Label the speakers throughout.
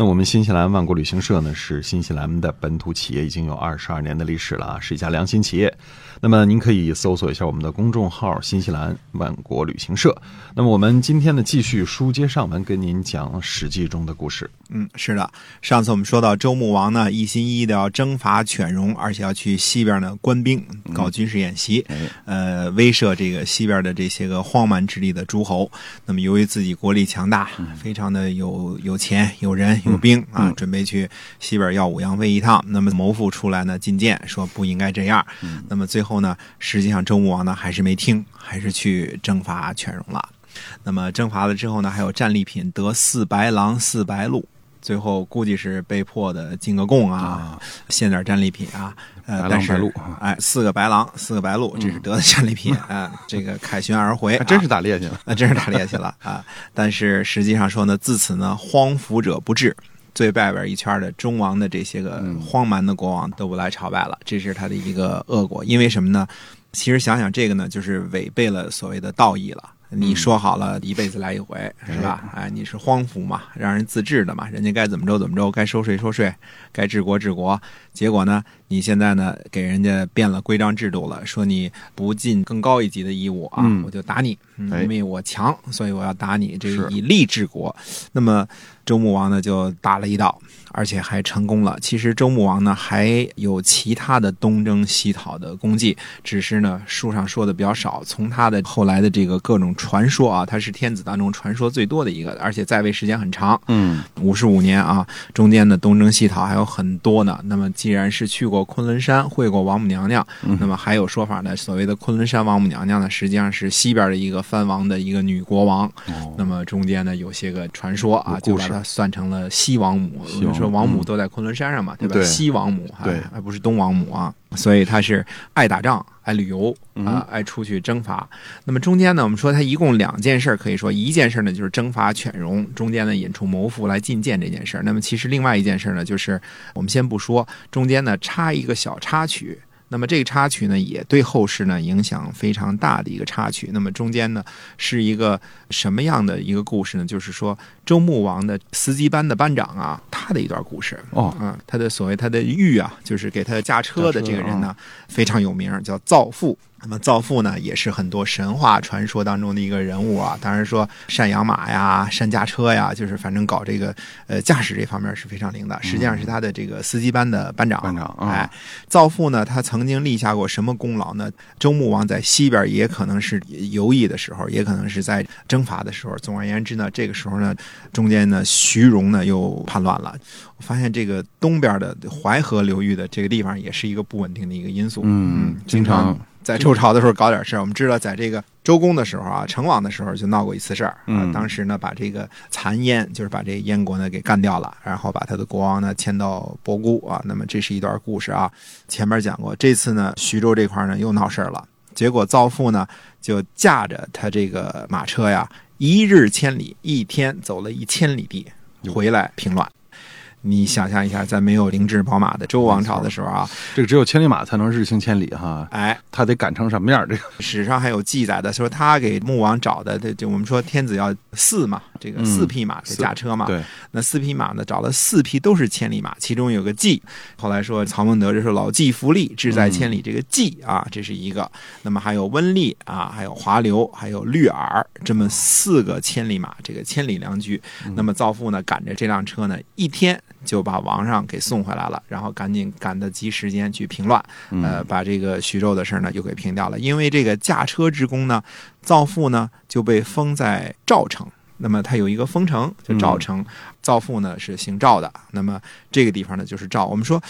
Speaker 1: 那我们新西兰万国旅行社呢，是新西兰的本土企业，已经有二十二年的历史了啊，是一家良心企业。那么您可以搜索一下我们的公众号“新西兰万国旅行社”。那么我们今天呢，继续书接上文，跟您讲《史记》中的故事。
Speaker 2: 嗯，是的，上次我们说到周穆王呢，一心一意的要征伐犬戎，而且要去西边呢官兵搞军事演习，呃，威慑这个西边的这些个荒蛮之地的诸侯。那么由于自己国力强大，非常的有有钱、有人、有兵啊，准备去西边耀武扬威一趟。那么谋父出来呢进谏，说不应该这样。那么最后呢，实际上周穆王呢还是没听，还是去征伐犬戎了。那么征伐了之后呢，还有战利品得四白狼、四白鹿，最后估计是被迫的进个贡啊，献点战利品啊。呃，
Speaker 1: 白
Speaker 2: 但
Speaker 1: 狼
Speaker 2: 是
Speaker 1: 白鹿啊嗯
Speaker 2: 哎，四个白狼，四个白鹿，这是得的战利 品啊、这个凯旋而回、
Speaker 1: 还
Speaker 2: 啊，
Speaker 1: 真是打猎去了。
Speaker 2: 那真是打猎去 了啊！但是实际上说呢，自此呢，荒服者不至。最外边一圈的中王的这些个
Speaker 1: 嗯
Speaker 2: 荒蛮的国王都不来朝拜了，这是他的一个恶果。因为什么呢？其实想想这个呢，就是违背了所谓的道义了。你说好了，一辈子来一回，是吧？哎，你是荒服嘛，让人自治的嘛，人家该怎么着怎么着，该收税收税，该治国治国。结果呢，你现在呢给人家变了规章制度了，说你不尽更高一级的义务啊，
Speaker 1: 嗯
Speaker 2: 我就打你。嗯
Speaker 1: 哎
Speaker 2: 因为我强，所以我要打你，这
Speaker 1: 是
Speaker 2: 以力治国。那么周穆王呢就打了一道，而且还成功了。其实周穆王呢还有其他的东征西讨的功绩，只是呢书上说的比较少。从他的后来的这个各种传说啊，他是天子当中传说最多的一个，而且在位时间很长，
Speaker 1: 嗯，
Speaker 2: 五十五年啊，中间的东征西讨还有很多呢。那么既然是去过昆仑山，会过王母娘娘，
Speaker 1: 嗯
Speaker 2: 那么还有说法呢，所谓的昆仑山王母娘娘呢，实际上是西边的一个藩王的一个女国王。那么中间呢，有些个传说啊，
Speaker 1: 哦有
Speaker 2: 就
Speaker 1: 故事
Speaker 2: 把它算成了西王母。我
Speaker 1: 西王母嗯
Speaker 2: 们说王母都在昆仑山上嘛，对吧？
Speaker 1: 对
Speaker 2: 西王母还
Speaker 1: 对
Speaker 2: 还不是东王母啊，所以她是爱打仗、爱旅游
Speaker 1: 嗯
Speaker 2: 啊、爱出去征伐。那么中间呢，我们说他一共两件事儿，可以说一件事呢就是征伐犬戎，中间呢引出谋父来进谏这件事儿。那么其实另外一件事呢，就是我们先不说，中间呢插一个小插曲。那么这个插曲呢，也对后世呢影响非常大的一个插曲。那么中间呢是一个什么样的一个故事呢？就是说周穆王的司机班的班长啊，他的一段故事。
Speaker 1: 哦，
Speaker 2: 啊，他的所谓他的御啊，就是给他驾车的这个人呢，
Speaker 1: 哦
Speaker 2: 非常有名，叫造父。那么造父呢，也是很多神话传说当中的一个人物啊。当然说善养马呀、善驾车呀，就是反正搞这个呃驾驶这方面是非常灵的。实际上是他的这个司机班的班长。
Speaker 1: 嗯班长嗯
Speaker 2: 哎，造父呢，他曾经立下过什么功劳呢？周穆王在西边也可能是游弋的时候，也可能是在征伐的时候。总而言之呢，这个时候呢，中间呢，徐荣呢又叛乱了。我发现这个东边的淮河流域的这个地方也是一个不稳定的一个因素。
Speaker 1: 嗯
Speaker 2: 经
Speaker 1: 经常
Speaker 2: 在周朝的时候搞点事儿。我们知道，在这个周公的时候啊，成王的时候就闹过一次事儿啊
Speaker 1: 嗯。
Speaker 2: 当时呢，把这个残燕，就是把这个燕国呢给干掉了，然后把他的国王呢迁到博固啊。那么这是一段故事啊。前面讲过，这次呢，徐州这块呢又闹事儿了。结果造父呢就驾着他这个马车呀，一日千里，一天走了一千里地，回来平乱。你想象一下，在没有灵智宝马的周王朝的时候啊，
Speaker 1: 这个只有千里马才能日行千里哈，
Speaker 2: 哎，
Speaker 1: 他得赶成什么样儿？这个
Speaker 2: 史上还有记载的，说他给穆王找的，这就我们说天子要四嘛，这个
Speaker 1: 嗯
Speaker 2: 四匹马给驾车嘛。
Speaker 1: 对，
Speaker 2: 那四匹马呢，找了四匹都是千里马，其中有个季。后来说曹孟德就说老骥伏枥，志在千里。这个季啊，这是一个。那么还有温丽啊，还有华流，还有绿耳，这么四个千里马，这个千里良驹。那么造父呢，赶着这辆车呢，一天就把王上给送回来了，然后赶紧赶得及时间去平乱。呃，把这个徐州的事儿呢又给平掉了。因为这个驾车之功呢，造父呢就被封在赵城。那么他有一个封城，就赵城。造父呢是姓赵的，那么这个地方呢就是赵。我们说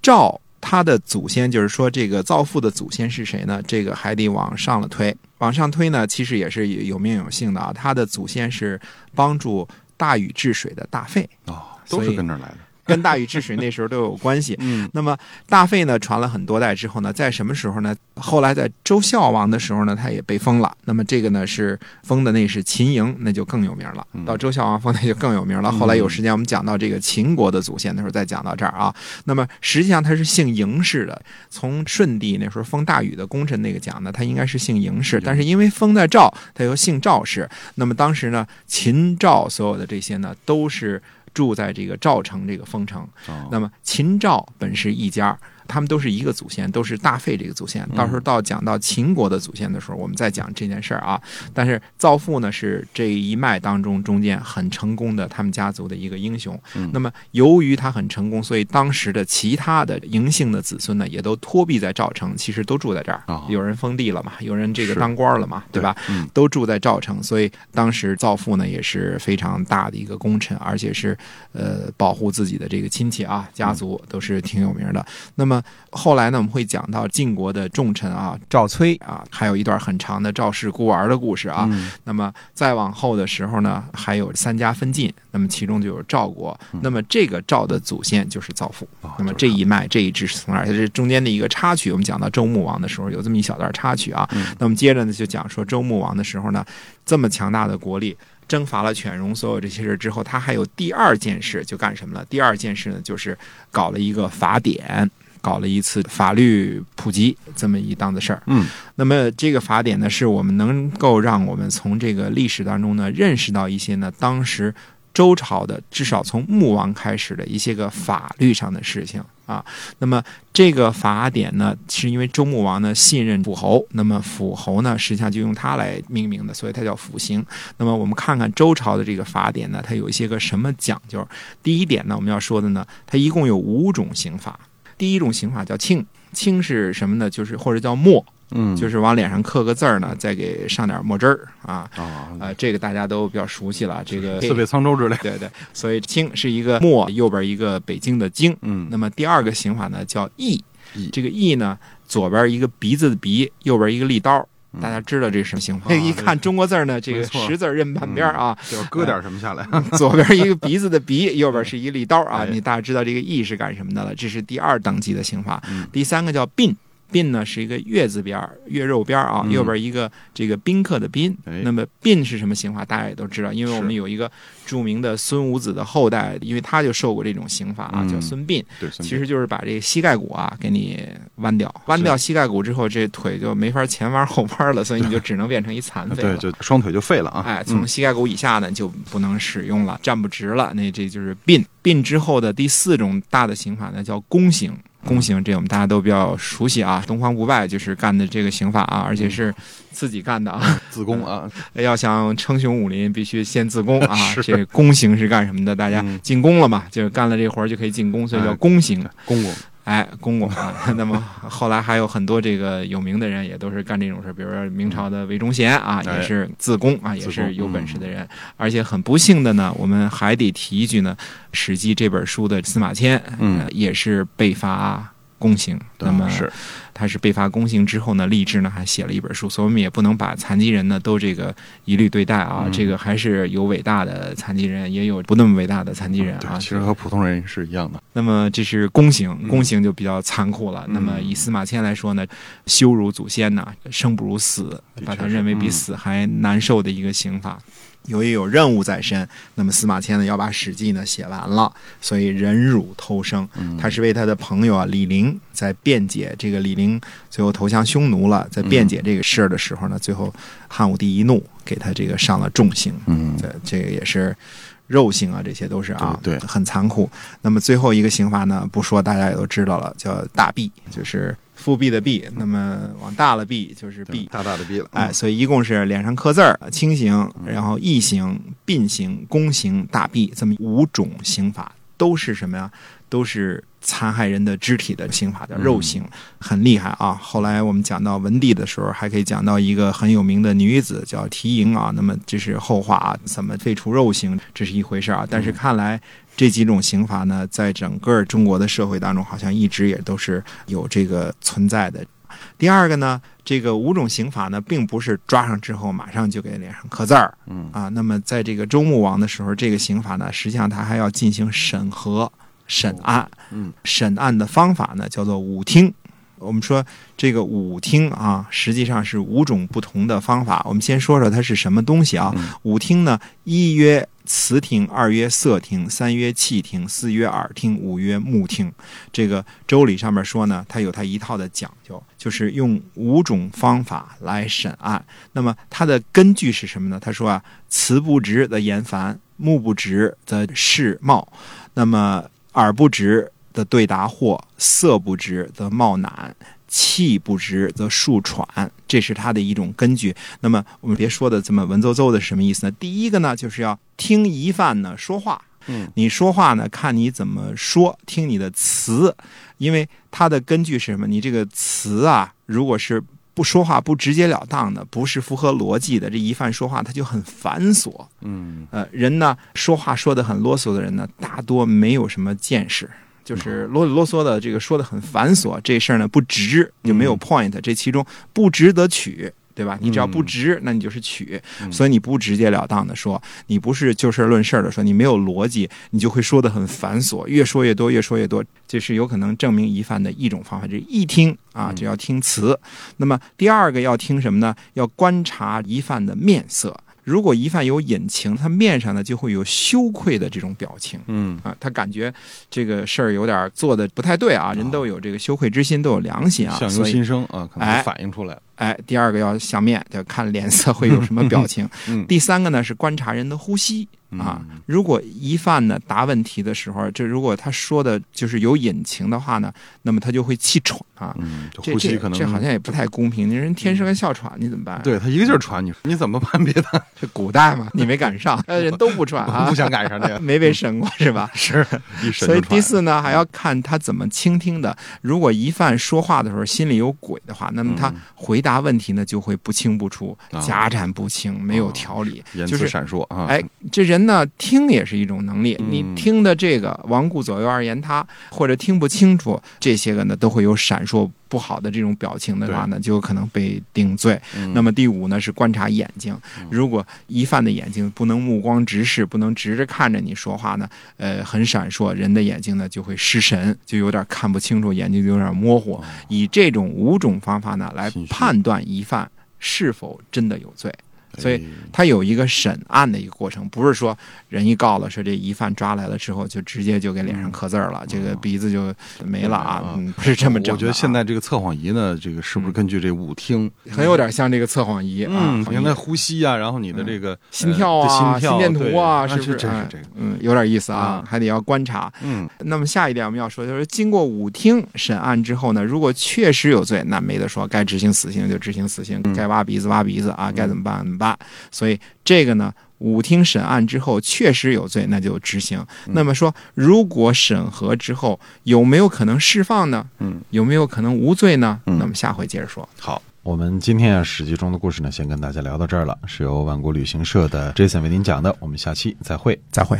Speaker 2: 赵他的祖先，就是说这个造父的祖先是谁呢？这个还得往上了推，往上推呢，其实也是有名有姓的啊。他的祖先是帮助大禹治水的大费。
Speaker 1: 哦，都
Speaker 2: 所
Speaker 1: 是
Speaker 2: 以
Speaker 1: 跟这儿来的。
Speaker 2: 跟大禹治水那时候都有关系。
Speaker 1: 嗯
Speaker 2: 那么大费呢，传了很多代之后呢，在什么时候呢？后来在周孝王的时候呢，他也被封了。那么这个呢是封的那是秦营，那就更有名了。到周孝王封那就更有名了。后来有时间我们讲到这个秦国的祖先的时候再讲到这儿啊。那么实际上他是姓嬴氏的，从舜帝那时候封大禹的功臣那个讲呢，他应该是姓嬴氏，但是因为封在赵，他又姓赵氏。那么当时呢，秦赵所有的这些呢都是。住在这个赵城这个封城，
Speaker 1: 哦
Speaker 2: 那么秦赵本是一家，他们都是一个祖先，都是大费这个祖先。
Speaker 1: 嗯
Speaker 2: 到时候到讲到秦国的祖先的时候，我们再讲这件事儿啊。但是造父呢是这一脉当中中间很成功的他们家族的一个英雄。
Speaker 1: 嗯
Speaker 2: 那么由于他很成功，所以当时的其他的嬴姓的子孙呢也都托庇在赵城，其实都住在这儿。
Speaker 1: 哦
Speaker 2: 有人封地了嘛，有人这个
Speaker 1: 是
Speaker 2: 当官了嘛，对吧？
Speaker 1: 嗯
Speaker 2: 都住在赵城，所以当时造父呢也是非常大的一个功臣，而且是呃保护自己的这个亲戚啊、家族都是挺有名的。那么后来呢，我们会讲到晋国的重臣啊，赵崔啊，还有一段很长的赵氏孤儿的故事啊。那么再往后的时候呢，还有三家分晋，那么其中就有赵国。那么这个赵的祖先就是造父。
Speaker 1: 哦
Speaker 2: 啊那么
Speaker 1: 就是
Speaker 2: 这一脉这一支是从哪儿？这是中间的一个插曲。我们讲到周穆王的时候，有这么一小段插曲啊。那么接着呢，就讲说周穆王的时候呢，这么强大的国力。征伐了犬戎，所有这些事之后，他还有第二件事，就干什么了？第二件事呢，就是搞了一个法典，搞了一次法律普及这么一档子事儿。
Speaker 1: 嗯，
Speaker 2: 那么这个法典呢，是我们能够让我们从这个历史当中呢，认识到一些呢，当时周朝的至少从穆王开始的一些个法律上的事情啊。那么这个法典呢，是因为周穆王呢信任辅侯，那么辅侯呢实际上就用它来命名的，所以它叫辅刑。那么我们看看周朝的这个法典呢，它有一些个什么讲究？第一点呢，我们要说的呢，它一共有五种刑法。第一种刑法叫庆，庆是什么呢？就是或者叫墨，
Speaker 1: 嗯，
Speaker 2: 就是往脸上刻个字儿呢，再给上点墨汁儿啊。
Speaker 1: 啊，
Speaker 2: 啊，这个大家都比较熟悉了，这个
Speaker 1: 四倍沧州之类，
Speaker 2: 对对，所以清是一个墨，右边一个北京的京。
Speaker 1: 嗯，
Speaker 2: 那么第二个刑法呢叫义
Speaker 1: 义，
Speaker 2: 这个义呢左边一个鼻子的鼻，右边一个利刀。
Speaker 1: 嗯
Speaker 2: 大家知道这是什么刑法？
Speaker 1: 啊
Speaker 2: 嗯哎一看中国字儿呢，这
Speaker 1: 没
Speaker 2: 个
Speaker 1: 错
Speaker 2: 识字儿认半边儿啊，
Speaker 1: 就是割点什么下来，
Speaker 2: 左边一个鼻子的鼻，右边是一利刀啊
Speaker 1: 哎。
Speaker 2: 你大家知道这个义是干什么的了？这是第二等级的刑罚
Speaker 1: 嗯。
Speaker 2: 第三个叫鬓，鬓呢是一个月字边儿，月肉边儿啊，
Speaker 1: 嗯
Speaker 2: 右边一个这个宾客的宾
Speaker 1: 哎。
Speaker 2: 那么鬓是什么刑罚？大家也都知道，因为
Speaker 1: 是
Speaker 2: 我们有一个著名的孙武子的后代，因为他就受过这种刑罚啊，
Speaker 1: 嗯
Speaker 2: 叫孙膑。
Speaker 1: 对，
Speaker 2: 其实就是把这个膝盖骨啊给你弯掉，弯掉膝盖骨之后，这腿就没法前弯后弯了，所以你就只能变成一残废了
Speaker 1: 对，。就双腿就废了啊，
Speaker 2: 哎，从膝盖骨以下呢就不能使用了，站不直了，那这就是病。病之后的第四种大的刑法呢，叫宫刑。宫刑这我们大家都比较熟悉啊，东方不败就是干的这个刑法啊，而且是自己干的啊。
Speaker 1: 子宫啊，
Speaker 2: 要想称雄武林，必须先自 宫啊
Speaker 1: 是。
Speaker 2: 这宫刑是干什么的？大家
Speaker 1: 嗯
Speaker 2: 进宫了嘛，就是干了这活儿就可以进宫，所以
Speaker 1: 哎
Speaker 2: 叫宫刑。
Speaker 1: 公公
Speaker 2: 哎，公公啊， 那么后来还有很多这个有名的人也都是干这种事，比如说明朝的韦忠贤啊，
Speaker 1: 哎
Speaker 2: 也是自宫啊，
Speaker 1: 自
Speaker 2: 也
Speaker 1: 宫嗯
Speaker 2: 是有本事的人。而且很不幸的呢，我们还得提一句呢，《史记》这本书的司马迁，
Speaker 1: 嗯
Speaker 2: 呃也是被罚宫刑。那么
Speaker 1: 是
Speaker 2: 他是被罚宫刑之后呢，励志呢还写了一本书，所以我们也不能把残疾人呢都这个一律对待啊，
Speaker 1: 嗯
Speaker 2: 这个还是有伟大的残疾人，啊也有不那么伟大的残疾人啊。
Speaker 1: 嗯对，其实和普通人是一样的，
Speaker 2: 那么这是宫刑，宫刑就比较残酷了。
Speaker 1: 嗯
Speaker 2: 那么以司马迁来说呢，羞辱祖先呐、生不如死
Speaker 1: 的确，是
Speaker 2: 把他认为
Speaker 1: 嗯
Speaker 2: 比死还难受的一个刑法。由于有任务在身，那么司马迁呢要把《史记呢》写完了，所以忍辱偷生。
Speaker 1: 嗯
Speaker 2: 他是为他的朋友啊李陵在辩解这个李陵最后投降匈奴了，在辩
Speaker 1: 嗯
Speaker 2: 解这个事儿的时候呢，最后汉武帝一怒，给他这个上了重刑。
Speaker 1: 嗯
Speaker 2: 对，这个也是肉刑啊，这些都是啊，
Speaker 1: 对对
Speaker 2: 很残酷。那么最后一个刑罚呢，不说大家也都知道了，叫大弊，就是复辟的弊。那么往大了弊就是弊。
Speaker 1: 大大的逼了，
Speaker 2: 哎，，所以一共是脸上刻字儿、轻刑，
Speaker 1: 嗯
Speaker 2: 然后异刑、并刑、宫刑、大弊这么五种刑罚，都是什么呀？都是残害人的肢体的刑法，叫肉刑，很厉害啊。后来我们讲到文帝的时候，还可以讲到一个很有名的女子叫缇萦啊。那么这是后话啊，怎么废除肉刑，这是一回事儿啊。但是看来。这几种刑罚呢，在整个中国的社会当中，好像一直也都是有这个存在的。第二个呢，这个五种刑罚呢，并不是抓上之后马上就给脸上刻字儿，
Speaker 1: 嗯
Speaker 2: 啊，那么在这个周穆王的时候，这个刑罚呢，实际上他还要进行审核，审案。
Speaker 3: 嗯，
Speaker 2: 审案的方法呢叫做五听。我们说这个五听啊，实际上是五种不同的方法。我们先说说它是什么东西啊？
Speaker 3: 嗯
Speaker 2: 五听呢，一曰词听，二曰色听，三曰气听，四曰耳听，五曰目听。这个《周礼》上面说呢，它有它一套的讲究，就是用五种方法来审案。那么它的根据是什么呢？他说啊，词不直则言繁，目不直则视貌，那么耳不直则对答惑，色不直则貌赧。气不直则数喘，这是它的一种根据。那么我们别说的这么文绉绉的是什么意思呢？第一个呢，就是要听疑犯呢说话，
Speaker 3: 嗯，
Speaker 2: 你说话呢，看你怎么说，听你的词，因为它的根据是什么？你这个词啊，如果是不说话不直截了当的，不是符合逻辑的，这疑犯说话他就很繁琐。
Speaker 3: 嗯，
Speaker 2: 呃，人呢说话说得很啰嗦的人呢，大多没有什么见识，就是啰里啰嗦的，这个说得很繁琐，这事儿呢不值，就没有 point，、这其中不值得取。对吧？你只要不值，那你就是取，
Speaker 3: 嗯
Speaker 2: 所以你不直截了当的说，你不是就事论事的说，你没有逻辑，你就会说得很繁琐，越说越多，越说越多，这是有可能证明疑犯的一种方法，就是一听啊，只要听词，那么第二个要听什么呢？要观察疑犯的面色。如果疑犯有隐情，他面上呢就会有羞愧的这种表情。
Speaker 3: 嗯
Speaker 2: 啊，他感觉这个事儿有点儿做的不太对啊，人都有这个羞愧之心，都有良心啊，
Speaker 1: 相由
Speaker 2: 所以
Speaker 1: 心生啊，可能
Speaker 2: 哎
Speaker 1: 就反映出来了。
Speaker 2: 哎，第二个要相面，要看脸色会有什么表情。
Speaker 1: 嗯
Speaker 2: 第三个呢是观察人的呼吸，啊，如果疑犯呢答问题的时候，这如果他说的就是有隐情的话呢，那么他就会气喘啊。
Speaker 1: 嗯，就
Speaker 2: 这
Speaker 1: 呼吸
Speaker 2: 这
Speaker 1: 可能嗯
Speaker 2: 这好像也不太公平，你人天生个哮喘，你怎么办？，
Speaker 1: 对他一个劲儿传你，你怎么判别他？
Speaker 2: 这古代嘛， 你没赶上，呃人 都不喘啊
Speaker 1: 不，想赶上这个，
Speaker 2: 没被审过是吧？
Speaker 1: 是一 审
Speaker 2: 所以
Speaker 1: 就
Speaker 2: 第
Speaker 1: 传。
Speaker 2: 四呢，还要看他怎么倾听的。如果疑犯说话的时候心里有鬼的话，那么
Speaker 1: 嗯
Speaker 2: 他回答问题呢就会不清不楚
Speaker 1: 啊，
Speaker 2: 夹斩不清，没有条理，
Speaker 1: 言
Speaker 2: 就
Speaker 1: 辞
Speaker 2: 是
Speaker 1: 闪烁啊！
Speaker 2: 哎，这人呢，听也是一种能力。
Speaker 1: 嗯
Speaker 2: 你听的这个罔顾左右而言他，或者听不清楚这些个呢，都会有闪烁不好的这种表情的话呢，就有可能被定罪。
Speaker 1: 嗯，
Speaker 2: 那么第五呢是观察眼睛，如果疑犯的眼睛不能目光直视，不能直着看着你说话呢，呃，很闪烁，人的眼睛呢就会失神，就有点看不清楚，眼睛就有点模糊
Speaker 1: 哦。
Speaker 2: 以这种五种方法呢来
Speaker 1: 信息
Speaker 2: 判断疑犯是否真的有罪。所以
Speaker 1: 哎
Speaker 2: 它有一个审案的一个过程，不是说人一告了，说这疑犯抓来了之后就直接就给脸上刻字儿了，这个鼻子就没了啊，
Speaker 1: 嗯
Speaker 2: 嗯，不是这么整的啊。嗯
Speaker 1: 我觉得现在这个测谎仪呢，这个是不是根据这五听？
Speaker 2: 很有点像这个测谎仪啊嗯
Speaker 1: 嗯，，你看它呼吸啊，然后你的这个
Speaker 2: 心跳啊、
Speaker 1: 呃心跳
Speaker 2: 电图啊，
Speaker 1: 对
Speaker 2: 是不是？
Speaker 1: 这
Speaker 2: 哎
Speaker 1: 是这个，
Speaker 2: 嗯，有点意思啊
Speaker 1: 啊，
Speaker 2: 还得要观察。
Speaker 1: 嗯，
Speaker 2: 那么下一点我们要说，就是经过五听审案之后呢，如果确实有罪，那没得说，该执行死刑就执行死
Speaker 1: 嗯
Speaker 2: 刑，该挖鼻子挖鼻子啊，该怎么办怎么办。所以这个呢，五听审案之后确实有罪，那就执行。
Speaker 1: 嗯
Speaker 2: 那么说，如果审核之后有没有可能释放呢？
Speaker 1: 嗯，
Speaker 2: 有没有可能无罪呢？
Speaker 1: 嗯
Speaker 2: 那么下回接着说。
Speaker 1: 好。我们今天啊，《史记》中的故事呢，先跟大家聊到这儿了。是由万国旅行社的 Jason 为您讲的，我们下期再会。
Speaker 2: 再会。